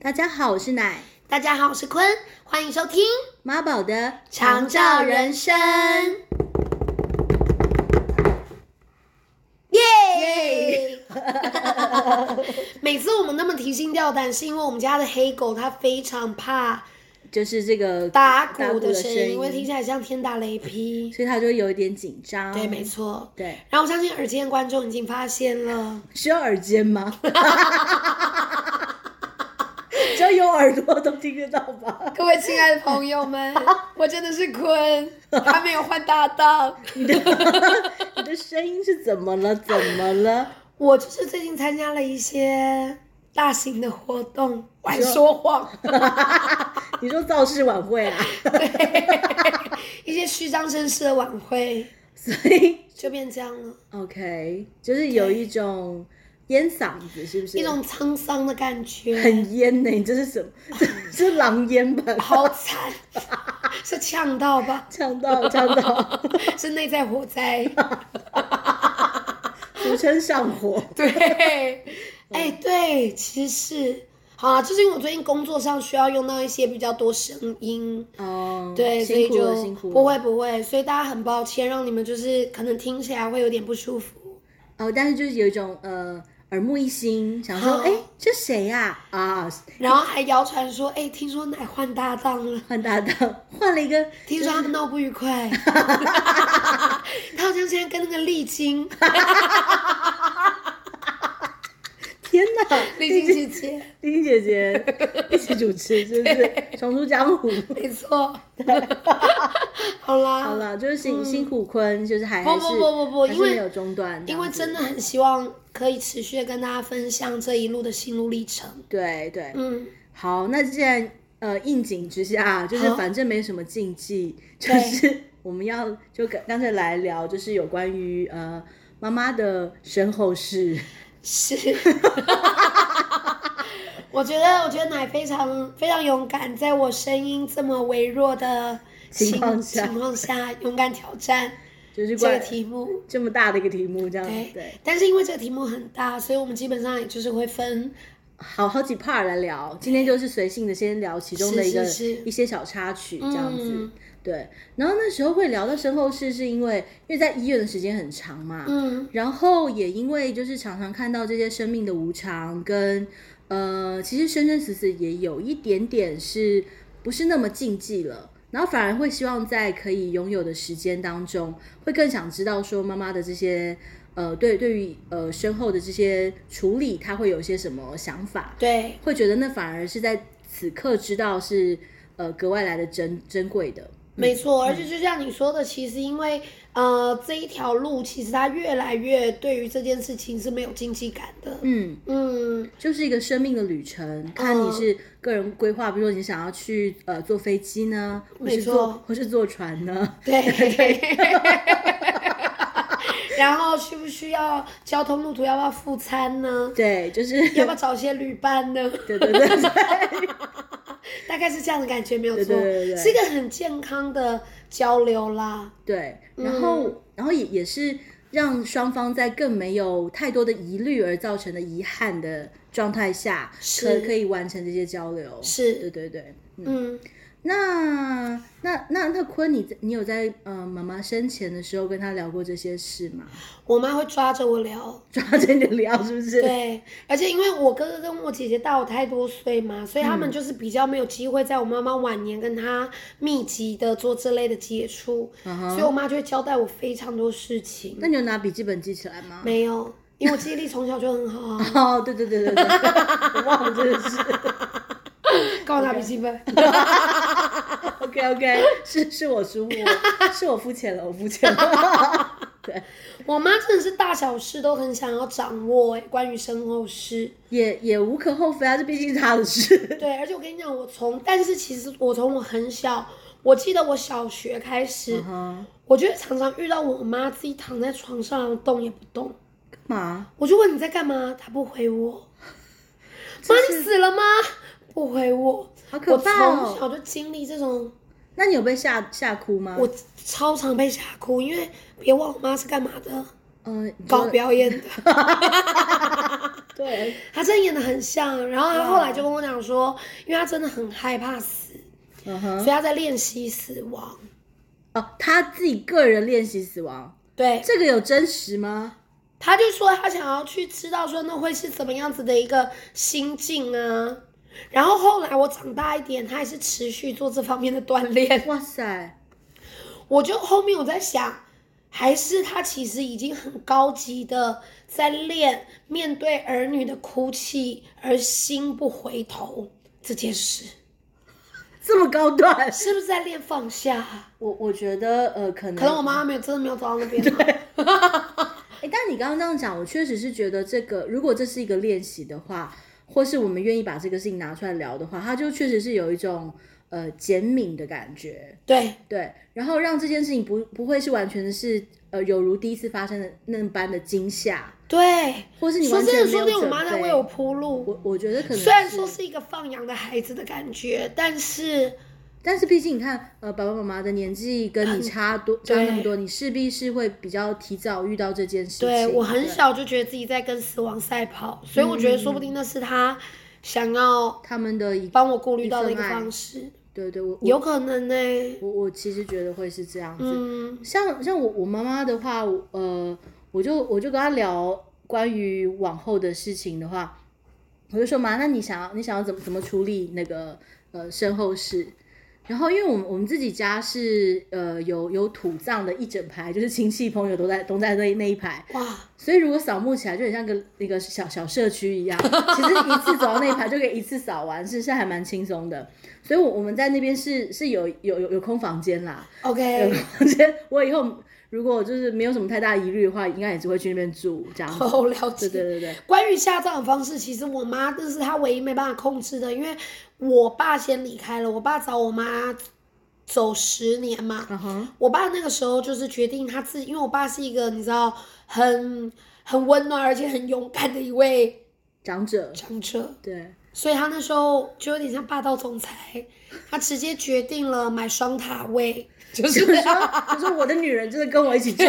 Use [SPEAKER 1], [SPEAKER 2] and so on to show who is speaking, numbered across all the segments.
[SPEAKER 1] 大家好，我是奶
[SPEAKER 2] 大家好，我是坤，欢迎收听《
[SPEAKER 1] 妈宝的
[SPEAKER 2] 长照人生》。耶！ 每次我们那么提心吊胆，是因为我们家的黑狗它非常怕
[SPEAKER 1] 就是这个
[SPEAKER 2] 打鼓的声
[SPEAKER 1] 声
[SPEAKER 2] 音，因为听起来像天打雷劈。
[SPEAKER 1] 所以他就会有一点紧张。
[SPEAKER 2] 对，没。错。
[SPEAKER 1] 对，
[SPEAKER 2] 然后我相信耳尖观众已经发现了，
[SPEAKER 1] 需要耳尖 吗？只要有耳朵都听得到吧？
[SPEAKER 2] 各位亲爱的朋友 们，我真的是坤，他没有换搭档。
[SPEAKER 1] 你的声音是怎么了？怎么了？
[SPEAKER 2] 我就是最近参加了一些大型的活动，我还说谎，
[SPEAKER 1] 你说造势晚会啊？
[SPEAKER 2] 一些虚张声势的晚会
[SPEAKER 1] 所以
[SPEAKER 2] 就变这样了，
[SPEAKER 1] OK，就是有一种烟嗓子，是不是？
[SPEAKER 2] 一种沧桑的感觉，
[SPEAKER 1] 很烟呢、你这是什么？这是狼烟吧？
[SPEAKER 2] 好惨， 是呛到 吧？
[SPEAKER 1] 呛到呛到，
[SPEAKER 2] 是内在 火灾，
[SPEAKER 1] 俗称上火。
[SPEAKER 2] 对， 哎、对，其实是。好啊，就是因为我最近工作上需要用到一些比较多声音，
[SPEAKER 1] 哦，
[SPEAKER 2] 对，所
[SPEAKER 1] 辛
[SPEAKER 2] 以
[SPEAKER 1] 苦
[SPEAKER 2] 就
[SPEAKER 1] 了，辛苦了。
[SPEAKER 2] 不会不会，所以大家很抱歉，让你们就是可能听起来会有点不舒服。
[SPEAKER 1] 哦，但是就是有一种呃耳目一新，想说
[SPEAKER 2] 好
[SPEAKER 1] 哎，这谁呀？啊，
[SPEAKER 2] 然后还谣传说，哎、听说奶换搭档了，
[SPEAKER 1] 换搭档， 换了一个，
[SPEAKER 2] 听说他们闹不愉快， 他好像现在跟那个丽 晶，
[SPEAKER 1] 天哪！
[SPEAKER 2] 丽晶姐姐，
[SPEAKER 1] 丽晶姐姐一起主持，是不是重出江湖？
[SPEAKER 2] 没错，好啦，
[SPEAKER 1] 好，了，就是辛辛苦坤，就是还
[SPEAKER 2] 嗯不
[SPEAKER 1] 还
[SPEAKER 2] 不
[SPEAKER 1] 是
[SPEAKER 2] 不不不
[SPEAKER 1] 还
[SPEAKER 2] 因
[SPEAKER 1] 是
[SPEAKER 2] 为
[SPEAKER 1] 没有中断这样子，
[SPEAKER 2] 因为真的很希望可以持续的跟大家分享这一路的心路历程，
[SPEAKER 1] 对对，
[SPEAKER 2] 嗯，
[SPEAKER 1] 好，那既然呃应景之下，就是
[SPEAKER 2] 好
[SPEAKER 1] 反正没什么禁忌，就
[SPEAKER 2] 对
[SPEAKER 1] 是我们要就干干脆来聊，就是有关于呃妈妈的身后事。
[SPEAKER 2] 是。 我觉得，我觉得奶非常非常勇敢，在我声音这么微弱的
[SPEAKER 1] 情况下
[SPEAKER 2] 情况下，勇敢挑战
[SPEAKER 1] 就是
[SPEAKER 2] 这
[SPEAKER 1] 关
[SPEAKER 2] 个题目。
[SPEAKER 1] 这么大的一个题目，这样
[SPEAKER 2] 对，
[SPEAKER 1] 嗯对，
[SPEAKER 2] 但是因为这个题目很大，所以我们基本上也就是会分，
[SPEAKER 1] 好好几 part 来聊。今天就是随性的先聊其中的一个
[SPEAKER 2] 是是是
[SPEAKER 1] 一些小插曲这样子。
[SPEAKER 2] 嗯
[SPEAKER 1] 对，然后那时候会聊到身后事，是因为因为在医院的时间很长嘛，
[SPEAKER 2] 嗯，
[SPEAKER 1] 然后也因为就是常常看到这些生命的无常跟呃，其实生生死死也有一点点是不是那么禁忌了。然后反而会希望在可以拥有的时间当中，会更想知道说妈妈的这些呃，对对于呃身后的这些处理，她会有一些什么想法，
[SPEAKER 2] 对，
[SPEAKER 1] 会觉得那反而是在此刻知道是呃格外来的珍珍贵的。
[SPEAKER 2] 没错。而且
[SPEAKER 1] 嗯
[SPEAKER 2] 就像你说的，其实因为呃这一条路，其实它越来越对于这件事情是没有禁忌感的，
[SPEAKER 1] 嗯，
[SPEAKER 2] 嗯，
[SPEAKER 1] 就是一个生命的旅程，看你是个人规划，比如说你想要去呃坐飞机呢，或
[SPEAKER 2] 没
[SPEAKER 1] 是
[SPEAKER 2] 错
[SPEAKER 1] 坐或是坐船呢，
[SPEAKER 2] 对。 然后需不需要交通路途要不要附餐呢？
[SPEAKER 1] 对，就是
[SPEAKER 2] 要不要找一些旅伴呢？
[SPEAKER 1] 对对对 对，
[SPEAKER 2] 大概是这样的感觉，没有错，
[SPEAKER 1] 对对对对
[SPEAKER 2] 是一个很健康的交流啦。
[SPEAKER 1] 对，
[SPEAKER 2] 嗯
[SPEAKER 1] 然后、然后也也是让双方在更没有太多的疑虑而造成的遗憾的状态下，可
[SPEAKER 2] 是
[SPEAKER 1] 可以完成这些交流，对
[SPEAKER 2] 是，
[SPEAKER 1] 对对。
[SPEAKER 2] 嗯，
[SPEAKER 1] 那那那那坤你，你有在呃妈妈生前的时候跟她聊过这些事吗？
[SPEAKER 2] 我妈会抓着我聊，
[SPEAKER 1] 抓着你的聊是不是？
[SPEAKER 2] 对，而且因为我哥哥跟我姐姐大我太多岁嘛，所以他
[SPEAKER 1] 嗯
[SPEAKER 2] 们就是比较没有机会在我妈妈晚年跟她密集的做这类的接触，
[SPEAKER 1] 嗯
[SPEAKER 2] 所
[SPEAKER 1] 哼，
[SPEAKER 2] 以我妈就会交代我非常多事情。
[SPEAKER 1] 那你有拿笔记本记起来吗？，
[SPEAKER 2] 没有，因为我记忆力从小就很好啊
[SPEAKER 1] 哦，对对对 对对，我忘了真的是。
[SPEAKER 2] 告诉她笔记本。
[SPEAKER 1] OK OK，是是我疏忽，是我肤浅了，我肤浅了。对，
[SPEAKER 2] 我妈真的是大小事都很想要掌握、哎，关于身后事。
[SPEAKER 1] 也也无可厚非啊，这毕竟是他的事。
[SPEAKER 2] 对，而且我跟你讲，我从，但是其实我从我很小，我记得我小学开始，
[SPEAKER 1] 嗯哼，
[SPEAKER 2] 我就会常常遇到我妈自己躺在床上然后动也不动。
[SPEAKER 1] 干嘛？
[SPEAKER 2] 我就问你在干嘛，他不 回我。妈，你死了吗？不回我。
[SPEAKER 1] 好可怕
[SPEAKER 2] 我从
[SPEAKER 1] 哦！
[SPEAKER 2] 小就经历这种，
[SPEAKER 1] 那你有被吓吓哭吗？
[SPEAKER 2] 我超常被吓哭，因为别忘了我妈是干嘛的，
[SPEAKER 1] 嗯，你
[SPEAKER 2] 搞
[SPEAKER 1] 说
[SPEAKER 2] 表演的。
[SPEAKER 1] 对，
[SPEAKER 2] 他真的演的很像。然后他后来就跟我讲说，因为他真的很害怕死，
[SPEAKER 1] 嗯哼，
[SPEAKER 2] 所以他在练习死亡。
[SPEAKER 1] 哦，他自己个人练习死亡，
[SPEAKER 2] 对，
[SPEAKER 1] 这个有真实吗？
[SPEAKER 2] 他就说他想要去知道说那会是怎么样子的一个心境啊。然后后来我长大一点，他还是持续做这方面的锻炼。
[SPEAKER 1] 哇塞，
[SPEAKER 2] 我就后面我在想，还是他其实已经很高级的在练面对儿女的哭泣而心不回头这件事，
[SPEAKER 1] 这么高端，
[SPEAKER 2] 是不是在练放下啊？
[SPEAKER 1] 我我觉得呃，可能
[SPEAKER 2] 可能我妈妈没有真的没有走到那边啊、
[SPEAKER 1] 哎，但你刚刚这样讲，我确实是觉得这个，如果这是一个练习的话，或是我们愿意把这个事情拿出来聊的话，它就确实是有一种呃减敏的感觉，
[SPEAKER 2] 对
[SPEAKER 1] 对，然后让这件事情不不会是完全是呃有如第一次发生的那般的惊吓，
[SPEAKER 2] 对，
[SPEAKER 1] 或是你
[SPEAKER 2] 说
[SPEAKER 1] 完
[SPEAKER 2] 真
[SPEAKER 1] 全
[SPEAKER 2] 的，
[SPEAKER 1] 没
[SPEAKER 2] 说
[SPEAKER 1] 有
[SPEAKER 2] 不定我
[SPEAKER 1] 准
[SPEAKER 2] 妈在
[SPEAKER 1] 备
[SPEAKER 2] 为我铺路。
[SPEAKER 1] 我我觉得可能
[SPEAKER 2] 虽然说是一个放养的孩子的感觉，但是
[SPEAKER 1] 但是毕竟你看，呃，爸爸妈妈的年纪跟你差 多差那么多，你势必是会比较提早遇到这件事情。
[SPEAKER 2] 对呃我很小就觉得自己在跟死亡赛跑，所以我觉得
[SPEAKER 1] 嗯
[SPEAKER 2] 说不定那是他想要
[SPEAKER 1] 他们的一
[SPEAKER 2] 帮我顾虑到的一
[SPEAKER 1] 一
[SPEAKER 2] 个
[SPEAKER 1] 份爱
[SPEAKER 2] 方式，
[SPEAKER 1] 对对，我我
[SPEAKER 2] 有可能呢、
[SPEAKER 1] 我我其实觉得会是这样子。
[SPEAKER 2] 嗯，
[SPEAKER 1] 像像我我妈妈的话，我呃，我就我就跟她聊关于往后的事情的话，我就说妈，那你想要你想要怎么怎么处理那个呃身后事？然后因为我们我们自己家是呃有有土葬的一整排，就是亲戚朋友都在都在那那一排，
[SPEAKER 2] 哇，
[SPEAKER 1] 所以如果扫墓起来就很像个那个小小社区 一样，其实一次走到那一排就可以一次扫完，是是还蛮轻松的。所以我我们在那边是是有有有有空房间啦，
[SPEAKER 2] OK，
[SPEAKER 1] 而且我以后如果就是没有什么太大疑虑的话，应该也只会去那边住这样子。
[SPEAKER 2] 好了
[SPEAKER 1] 对
[SPEAKER 2] 解。
[SPEAKER 1] 对对 对，
[SPEAKER 2] 关于下葬的方式，其实我妈这是她唯一没办法控制的，因为我爸先离开了，我爸找我妈走十年嘛，
[SPEAKER 1] 嗯哼，
[SPEAKER 2] 我爸那个时候就是决定他自己，因为我爸是一个你知道很很温暖而且很勇敢的一位
[SPEAKER 1] 长者，
[SPEAKER 2] 长者，
[SPEAKER 1] 对，
[SPEAKER 2] 所以他那时候就有点像霸道总裁，他直接决定了买双塔位，就是
[SPEAKER 1] 就说就说我的女人就是跟我一起住。
[SPEAKER 2] 就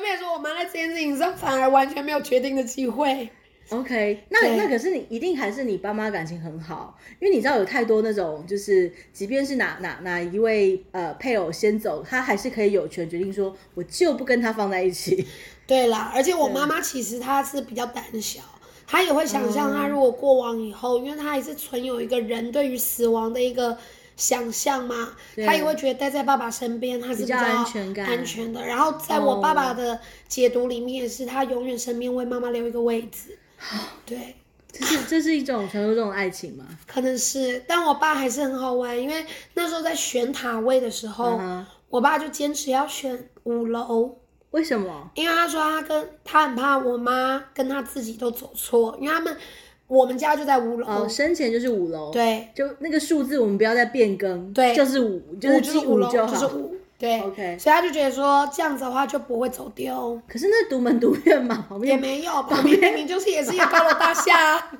[SPEAKER 2] 变成说我妈在这件事情上反而完全没有决定的机会。
[SPEAKER 1] OK，那
[SPEAKER 2] 对
[SPEAKER 1] 那可是你一定还是你爸妈感情很好，因为你知道有太多那种就是，即便是哪哪哪一位呃配偶先走，他还是可以有权决定说，我就不跟他放在一起。
[SPEAKER 2] 对啦，而且我妈妈其实她是比较胆小，她也会想象
[SPEAKER 1] 嗯
[SPEAKER 2] 她如果过往以后，因为她还是存有一个人对于死亡的一个想象嘛，
[SPEAKER 1] 对
[SPEAKER 2] 她也会觉得待在爸爸身边，她是
[SPEAKER 1] 比
[SPEAKER 2] 较
[SPEAKER 1] 较安全感哦
[SPEAKER 2] 安全的。然后在我爸爸的解读里面，也是他永远身边为妈妈留一个位 置。对，
[SPEAKER 1] 这是这是一种传说中的爱情吗？
[SPEAKER 2] 可能是，但我爸还是很好玩，因为那时候在选塔位的时候，
[SPEAKER 1] 嗯哼
[SPEAKER 2] 我爸就坚持要选五楼。
[SPEAKER 1] 为什么？
[SPEAKER 2] 因为他说他跟他很怕我妈跟他自己都走错，因为他们我们家就在五楼，
[SPEAKER 1] 哦，生前就是五楼，，
[SPEAKER 2] 对，
[SPEAKER 1] 就那个数字我们不要再变更，
[SPEAKER 2] 对
[SPEAKER 1] 就是五，就
[SPEAKER 2] 五
[SPEAKER 1] 是
[SPEAKER 2] 就是
[SPEAKER 1] 记
[SPEAKER 2] 五楼，
[SPEAKER 1] 就
[SPEAKER 2] 就是
[SPEAKER 1] 好。
[SPEAKER 2] 五，对
[SPEAKER 1] OK
[SPEAKER 2] 所以他就觉得说这样子的话就不会走丢，
[SPEAKER 1] 可是那独门独院嘛，旁
[SPEAKER 2] 也
[SPEAKER 1] 边
[SPEAKER 2] 没 有，旁边明明就是也是一个高楼大厦啊，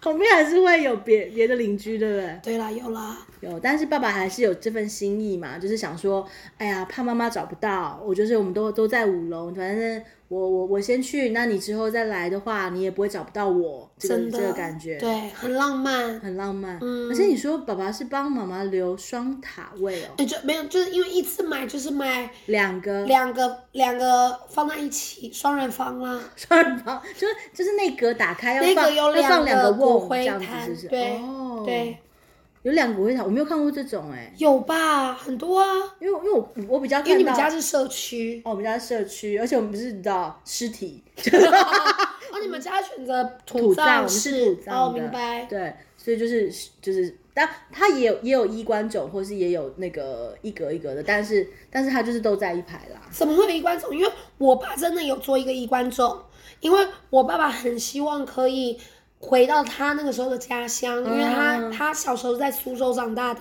[SPEAKER 1] 旁边还是会有别别的邻居，对不对？
[SPEAKER 2] 对啦，有啦，
[SPEAKER 1] 有，但是爸爸还是有这份心意嘛，就是想说，哎呀，怕妈妈找不到，我就是我们都都在五楼，反正我我我先去，那你之后再来的话，你也不会找不到我，这个
[SPEAKER 2] 真的
[SPEAKER 1] 这个感觉，，
[SPEAKER 2] 对，嗯很浪漫。
[SPEAKER 1] 很浪漫。而且你说爸爸是帮妈妈留双塔位哦，
[SPEAKER 2] 哎，就没有，就是因为一次买就是买
[SPEAKER 1] 两个
[SPEAKER 2] 两个两个放在一起双人房啦，
[SPEAKER 1] 双人房，就是就是内阁打开要
[SPEAKER 2] 那
[SPEAKER 1] 放
[SPEAKER 2] 个有
[SPEAKER 1] 要放两
[SPEAKER 2] 个骨
[SPEAKER 1] 瓮这
[SPEAKER 2] 灰
[SPEAKER 1] 样子，
[SPEAKER 2] 坛
[SPEAKER 1] 是不是？，
[SPEAKER 2] 对
[SPEAKER 1] 哦，
[SPEAKER 2] 对，，
[SPEAKER 1] 有两个骨灰坛，我没有看过这种哎、
[SPEAKER 2] 有吧，很多啊。
[SPEAKER 1] 因为因为我我比较看
[SPEAKER 2] 因
[SPEAKER 1] 到
[SPEAKER 2] 为你们家是社区，
[SPEAKER 1] 哦，我们家社区，而且我们不是你知道尸体。
[SPEAKER 2] 哦，你们家选择
[SPEAKER 1] 嗯土葬，我
[SPEAKER 2] 葬
[SPEAKER 1] 们
[SPEAKER 2] 式
[SPEAKER 1] 是土葬的，
[SPEAKER 2] 哦，明白。
[SPEAKER 1] 对，所以就是就是，但它也有也有衣冠冢，或是也有那个一格一格的，但是但是它就是都在一排啦。
[SPEAKER 2] 怎么会有衣冠冢？因为我爸真的有做一个衣冠冢，因为我爸爸很希望可以回到他那个时候的家乡，因为他
[SPEAKER 1] 嗯
[SPEAKER 2] 他小时候在苏州长大的，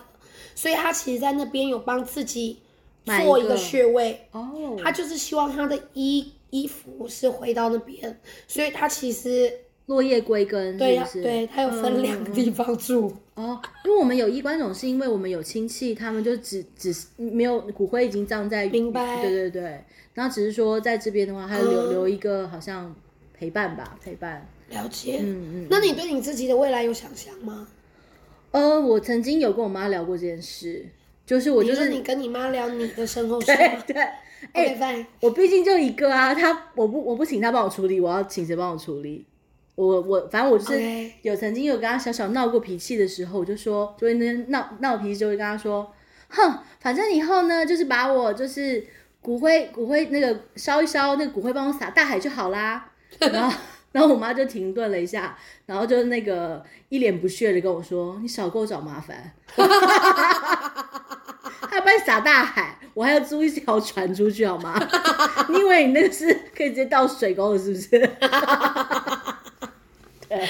[SPEAKER 2] 所以他其实在那边有帮自己
[SPEAKER 1] 买
[SPEAKER 2] 做
[SPEAKER 1] 一
[SPEAKER 2] 一
[SPEAKER 1] 个
[SPEAKER 2] 个穴位，
[SPEAKER 1] 哦，
[SPEAKER 2] 他就是希望他的衣衣服是回到那边，所以他其实
[SPEAKER 1] 落叶归根，
[SPEAKER 2] 对
[SPEAKER 1] 是
[SPEAKER 2] 呀
[SPEAKER 1] 不是？嗯
[SPEAKER 2] 对他有分两个地方住。
[SPEAKER 1] 哦，因为我们有衣冠冢，是因为我们有亲戚，他们就只只是没有骨灰已经葬在，
[SPEAKER 2] 明白
[SPEAKER 1] 对对对，然后只是说在这边的话，还有留、
[SPEAKER 2] 嗯
[SPEAKER 1] 留一个好像陪伴吧，陪伴。
[SPEAKER 2] 了解。
[SPEAKER 1] 嗯嗯。
[SPEAKER 2] 那你对你自己的未来有想象吗？
[SPEAKER 1] 呃，我曾经有跟我妈聊过这件事，就是我
[SPEAKER 2] 你
[SPEAKER 1] 就
[SPEAKER 2] 说
[SPEAKER 1] 是
[SPEAKER 2] 你跟你妈聊你的身后 事
[SPEAKER 1] 对
[SPEAKER 2] 吗
[SPEAKER 1] 对，哎、
[SPEAKER 2] ？OK fine。
[SPEAKER 1] 我毕竟就一个啊，她我不我不请她帮我处理，我要请谁帮我处理？我我反正我就是
[SPEAKER 2] OK
[SPEAKER 1] 有曾经有跟她小小闹过脾气的时候，我就说就会那闹闹脾气，就会跟她说，哼，反正以后呢就是把我就是骨灰骨灰那个烧一烧，那个骨灰帮我撒大海就好啦。然后然后我妈就停顿了一下，然后就那个一脸不屑的跟我说，你少给我找麻烦。他把你撒大海，我还要租一条船出去好吗？你以为你那个是可以直接到水沟的，是不是？对，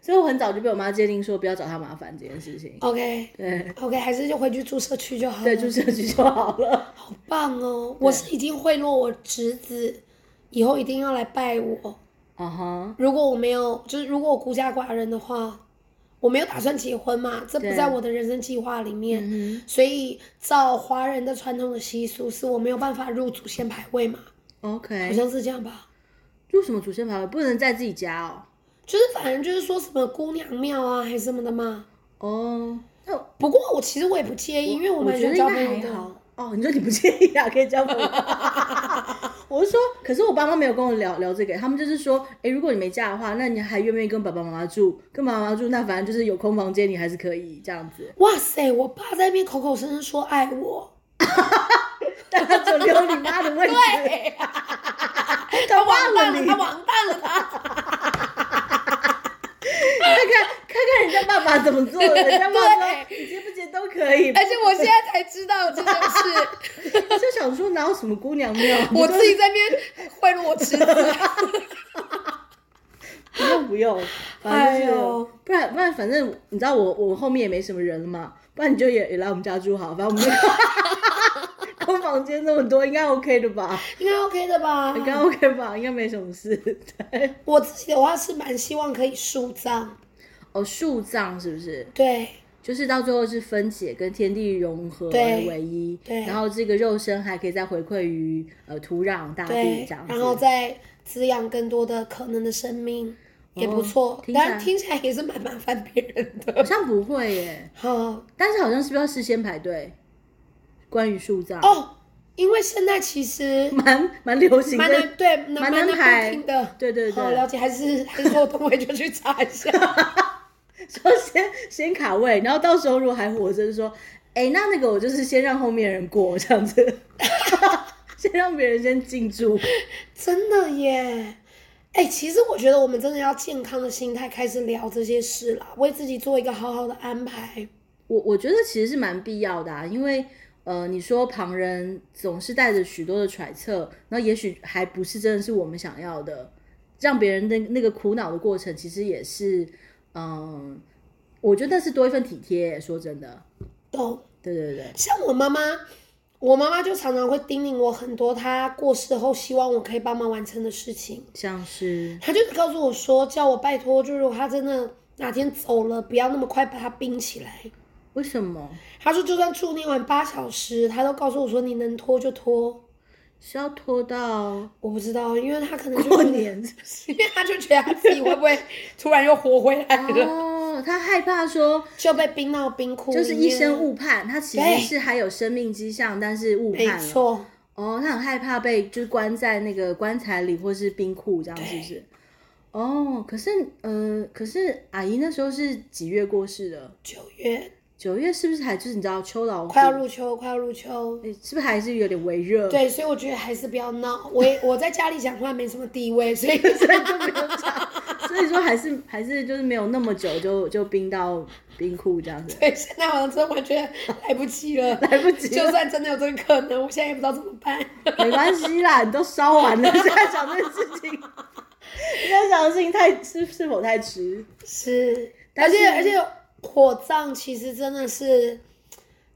[SPEAKER 1] 所以我很早就被我妈界定说不要找她麻烦这件事情。
[SPEAKER 2] OK
[SPEAKER 1] 对
[SPEAKER 2] OK，还是就回去住社区就好了。
[SPEAKER 1] 对，住社区就好了。
[SPEAKER 2] 好棒哦！我是已经贿赂我侄子，以后一定要来拜我。
[SPEAKER 1] 啊哈，
[SPEAKER 2] 如果我没有，就是如果我孤家寡人的话，我没有打算结婚嘛，这不
[SPEAKER 1] 对
[SPEAKER 2] 在我的人生计划里面。
[SPEAKER 1] 嗯
[SPEAKER 2] 所以，照华人的传统的习俗，是我没有办法入祖先牌位嘛，
[SPEAKER 1] 哼
[SPEAKER 2] 好
[SPEAKER 1] ，OK。
[SPEAKER 2] 像是这样吧？
[SPEAKER 1] 住什么祖先牌位？不能在自己家哦。
[SPEAKER 2] 就是反正就是说什么姑娘庙啊，还是什么的嘛。
[SPEAKER 1] 哦，那我
[SPEAKER 2] 不过我其实我也不介意，因为我
[SPEAKER 1] 我
[SPEAKER 2] 蛮喜
[SPEAKER 1] 觉
[SPEAKER 2] 欢
[SPEAKER 1] 得
[SPEAKER 2] 交
[SPEAKER 1] 应该
[SPEAKER 2] 朋友
[SPEAKER 1] 还
[SPEAKER 2] 的。
[SPEAKER 1] 好。哦，你说你不介意啊？ 可以交朋友。我是说，可是我爸妈没有跟我聊聊这个，他们就是说，哎，如果你没嫁的话，那你还愿不愿意跟爸爸妈妈住？跟爸爸妈妈住，那反正就是有空房间，你还是可以这样 子。
[SPEAKER 2] 哇塞，我爸在那边口口声声说爱 我，
[SPEAKER 1] 但他只有留你妈的位置，他
[SPEAKER 2] 完
[SPEAKER 1] 忘
[SPEAKER 2] 蛋
[SPEAKER 1] 了
[SPEAKER 2] 了，
[SPEAKER 1] 你。
[SPEAKER 2] 他
[SPEAKER 1] 看
[SPEAKER 2] 完蛋了，他。
[SPEAKER 1] 看看看人家爸爸怎么做 的，人家爸爸说你接不接都可以。
[SPEAKER 2] 而且我现在才知道这件事，
[SPEAKER 1] 就想说哪有什么姑娘庙，
[SPEAKER 2] 我自己在那边贿赂我侄子。
[SPEAKER 1] 不用不用，反正
[SPEAKER 2] 哎呦
[SPEAKER 1] 就是，不然不然，反正你知道我我后面也没什么人了嘛，不然你就也也来我们家住好，反正我们就 空房间那么多，应该 OK 的吧？
[SPEAKER 2] 应该 OK 的吧？
[SPEAKER 1] 应该 OK 吧？应该没什么事。对，
[SPEAKER 2] 我自己的话是蛮希望可以树葬，
[SPEAKER 1] 哦，树葬是不是？
[SPEAKER 2] 对
[SPEAKER 1] 就是到最后是分解跟天地融合
[SPEAKER 2] 对
[SPEAKER 1] 为唯一，
[SPEAKER 2] 对
[SPEAKER 1] 然后这个肉身还可以再回馈于呃土壤、大地
[SPEAKER 2] 对，
[SPEAKER 1] 这样子，
[SPEAKER 2] 然后再滋养更多的可能的生命，也不错。
[SPEAKER 1] 听起来
[SPEAKER 2] 当然哦听起来也是蛮麻烦别人
[SPEAKER 1] 好
[SPEAKER 2] 的。
[SPEAKER 1] 像不会耶，
[SPEAKER 2] 好
[SPEAKER 1] 但是好像是不是要事先排队？关于树葬，
[SPEAKER 2] 哦，因为现在其实
[SPEAKER 1] 蛮蛮流行的，
[SPEAKER 2] 蛮难对
[SPEAKER 1] 嗯蛮
[SPEAKER 2] 难
[SPEAKER 1] 难排
[SPEAKER 2] 不听的。
[SPEAKER 1] 对对
[SPEAKER 2] 好
[SPEAKER 1] 对，
[SPEAKER 2] 了解，还是 还是我等会就去查一下。
[SPEAKER 1] 说先先卡位，然后到时候如果还活着，就说，哎、那那个我就是先让后面人过这样子， 先让别人先进驻。
[SPEAKER 2] 真的耶！哎、其实我觉得我们真的要健康的心态开始聊这些事啦，为自己做一个好好的安排。
[SPEAKER 1] 我我觉得其实是蛮必要的啊，因为呃，你说旁人总是带着许多的揣测，那也许还不是真的是我们想要的，让别人的那个苦恼的过程，其实也是，嗯、我觉得是多一份体贴。说真的，
[SPEAKER 2] 懂？
[SPEAKER 1] 对对对，
[SPEAKER 2] 像我妈妈，我妈妈就常常会叮咛我很多她过世后希望我可以帮忙完成的事情。
[SPEAKER 1] 像是
[SPEAKER 2] 她就是告诉我说，叫我拜托，就如果她真的哪天走了，不要那么快把她冰起来。
[SPEAKER 1] 为什么
[SPEAKER 2] 她说，就算助念完八小时，她都告诉我说，你能拖就拖。
[SPEAKER 1] 是要拖到
[SPEAKER 2] 我不知道，因为她可能就
[SPEAKER 1] 过
[SPEAKER 2] 觉得，
[SPEAKER 1] 年是不是？
[SPEAKER 2] 因为她就觉得她自己会不会突然又活回来了。
[SPEAKER 1] 哦，他害怕说
[SPEAKER 2] 就被冰到冰库里
[SPEAKER 1] 就
[SPEAKER 2] 面，
[SPEAKER 1] 是一生误判，他其
[SPEAKER 2] 对
[SPEAKER 1] 实是还有生命迹象，但是误
[SPEAKER 2] 没
[SPEAKER 1] 判了。
[SPEAKER 2] 错，
[SPEAKER 1] 哦，他很害怕被就是关在那个棺材里或是冰库这样，是不是？哦，可是呃，可是阿姨那时候是几月过世的？
[SPEAKER 2] 九月
[SPEAKER 1] 九月是不是还就是你知道秋老虎
[SPEAKER 2] 快要入秋，快要入秋。
[SPEAKER 1] 诶是不是还是有点微热？，
[SPEAKER 2] 对，所以我觉得还是不要闹。我也我 在家里讲话没什么地位，所以
[SPEAKER 1] 所以说还是还是就是没有那么久就就冰到冰库这样子，
[SPEAKER 2] 对现在好像真的完全来不及了。
[SPEAKER 1] 来不及
[SPEAKER 2] 就
[SPEAKER 1] 了，
[SPEAKER 2] 算真的有这个可能，我现在也不知道怎么办。
[SPEAKER 1] 没关系啦，你都烧完了，现在想这个事情，你在想的事情太是是否太迟？
[SPEAKER 2] 是，而
[SPEAKER 1] 但是
[SPEAKER 2] 且而且火葬其实真的是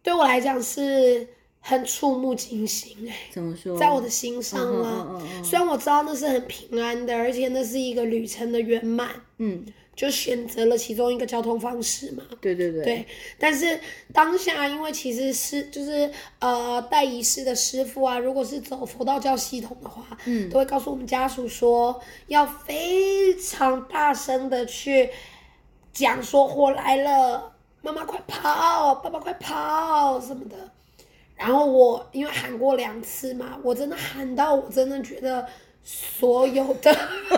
[SPEAKER 2] 对我来讲是很触目惊心哎、
[SPEAKER 1] 怎么说？
[SPEAKER 2] 在我的心上啊啦。
[SPEAKER 1] 嗯嗯嗯嗯嗯
[SPEAKER 2] 虽然我知道那是很平安的，而且那是一个旅程的圆满，
[SPEAKER 1] 嗯
[SPEAKER 2] 就选择了其中一个交通方式嘛。
[SPEAKER 1] 对对对，
[SPEAKER 2] 对，但是当下因为其实是就是呃带仪式的师傅啊，如果是走佛道教系统的话，
[SPEAKER 1] 嗯
[SPEAKER 2] 都会告诉我们家属说要非常大声的去讲说火来了，妈妈快跑，爸爸快跑什么的。然后我因为喊过两次嘛，我真的喊到我真的觉得所有的爸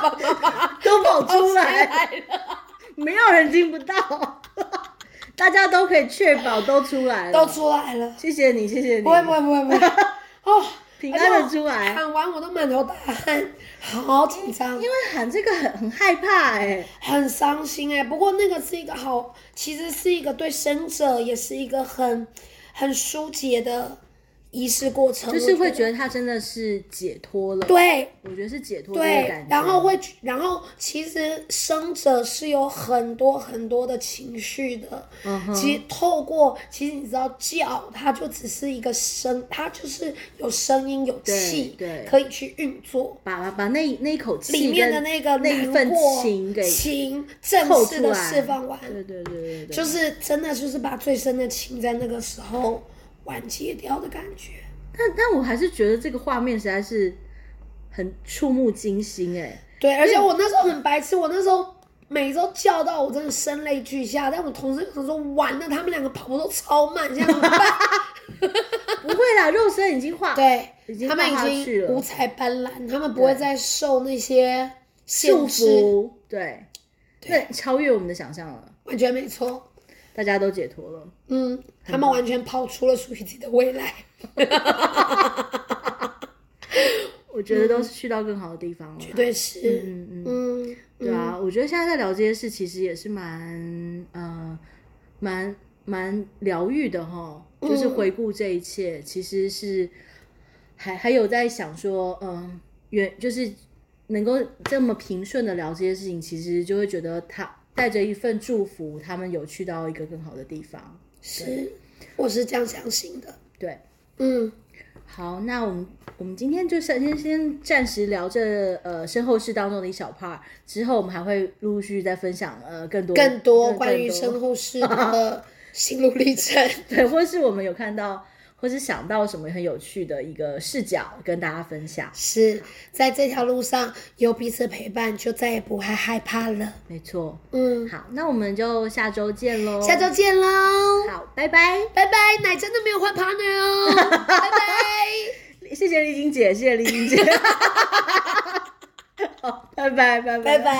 [SPEAKER 2] 爸妈妈
[SPEAKER 1] 都跑出
[SPEAKER 2] 哦来
[SPEAKER 1] 来，
[SPEAKER 2] 了。
[SPEAKER 1] 没有人听不到， 大家都可以确保都出来
[SPEAKER 2] 都
[SPEAKER 1] 了。
[SPEAKER 2] 出来了，
[SPEAKER 1] 谢谢你，谢谢你，
[SPEAKER 2] 不会不会不会不会，哦，
[SPEAKER 1] 平安的
[SPEAKER 2] 而且
[SPEAKER 1] 出
[SPEAKER 2] 我
[SPEAKER 1] 来，
[SPEAKER 2] 喊完我都满头大汗，好紧张
[SPEAKER 1] 因，为喊这个很很害怕哎、
[SPEAKER 2] 很伤心哎、不过那个是一个好，其实是一个对生者也是一个很很疏解的仪式过程，
[SPEAKER 1] 就是
[SPEAKER 2] 我
[SPEAKER 1] 会
[SPEAKER 2] 得
[SPEAKER 1] 觉得他真的是解脱了。
[SPEAKER 2] 对
[SPEAKER 1] 我觉得是解脱的
[SPEAKER 2] 对
[SPEAKER 1] 感觉，，
[SPEAKER 2] 然后会，然后其实生者是有很多很多的情绪的。
[SPEAKER 1] 嗯哼
[SPEAKER 2] 其实透过，其实你知道叫，它就只是一个声，它就是有声音有
[SPEAKER 1] 对
[SPEAKER 2] 气，
[SPEAKER 1] 对
[SPEAKER 2] 可以去运作。
[SPEAKER 1] 把把把那那一口气
[SPEAKER 2] 里面的
[SPEAKER 1] 跟
[SPEAKER 2] 那个
[SPEAKER 1] 那一
[SPEAKER 2] 难
[SPEAKER 1] 份
[SPEAKER 2] 过
[SPEAKER 1] 情给
[SPEAKER 2] 情正
[SPEAKER 1] 透
[SPEAKER 2] 式
[SPEAKER 1] 出
[SPEAKER 2] 的
[SPEAKER 1] 来
[SPEAKER 2] 释放完，
[SPEAKER 1] 对对对对对，
[SPEAKER 2] 就是真的就是把最深的情在那个时候完结掉的感觉。
[SPEAKER 1] 但但我还是觉得这个画面实在是很触目惊心哎、
[SPEAKER 2] 对，而且我那时候很白痴，我那时候每周叫到我真的声泪俱下，但我同事想说完了，他们两个跑步都超慢，现在怎么办？
[SPEAKER 1] 不会啦，肉身已经化已
[SPEAKER 2] 对，
[SPEAKER 1] 经
[SPEAKER 2] 他们
[SPEAKER 1] 画下
[SPEAKER 2] 已
[SPEAKER 1] 去
[SPEAKER 2] 经
[SPEAKER 1] 了
[SPEAKER 2] 五彩斑斓，他们不会
[SPEAKER 1] 对
[SPEAKER 2] 再受那些限
[SPEAKER 1] 束
[SPEAKER 2] 制，
[SPEAKER 1] 缚，对，
[SPEAKER 2] 对
[SPEAKER 1] 对，超越我们的想象了，
[SPEAKER 2] 完全没错。
[SPEAKER 1] 大家都解脱了。
[SPEAKER 2] 嗯，他们完全跑出了属于自己的未来。
[SPEAKER 1] 我觉得都是去到更好的地方了啦。
[SPEAKER 2] 嗯绝对是，
[SPEAKER 1] 嗯嗯，
[SPEAKER 2] 嗯，
[SPEAKER 1] 对啊，我觉得现在在聊这些事，其实也是蛮呃蛮蛮疗愈的哈。就是回顾这一切，其实是还还有在想说，嗯，原就是能够这么平顺的聊这些事情，其实就会觉得他带着一份祝福，他们有去到一个更好的地方。
[SPEAKER 2] 是，我是这样相信的。
[SPEAKER 1] 对，
[SPEAKER 2] 嗯，
[SPEAKER 1] 好，那我们我们今天就先先先暂时聊这呃身后事当中的一小 part，之后我们还会陆陆续续再分享呃更多
[SPEAKER 2] 更多关于
[SPEAKER 1] 更多
[SPEAKER 2] 身后事的心路历程。
[SPEAKER 1] 对，或是我们有看到或是想到什么很有趣的一个视角跟大家分享。
[SPEAKER 2] 是在这条路上有彼此陪伴，就再也不会害怕了。
[SPEAKER 1] 没错，
[SPEAKER 2] 嗯，
[SPEAKER 1] 好，那我们就下周见喽。
[SPEAKER 2] 下周见喽，
[SPEAKER 1] 好，拜拜，
[SPEAKER 2] 拜拜！奶真的没有换 partner 哦，拜拜，
[SPEAKER 1] 谢谢丽晶姐，谢谢丽晶姐。好，拜拜，拜拜，
[SPEAKER 2] 拜。拜。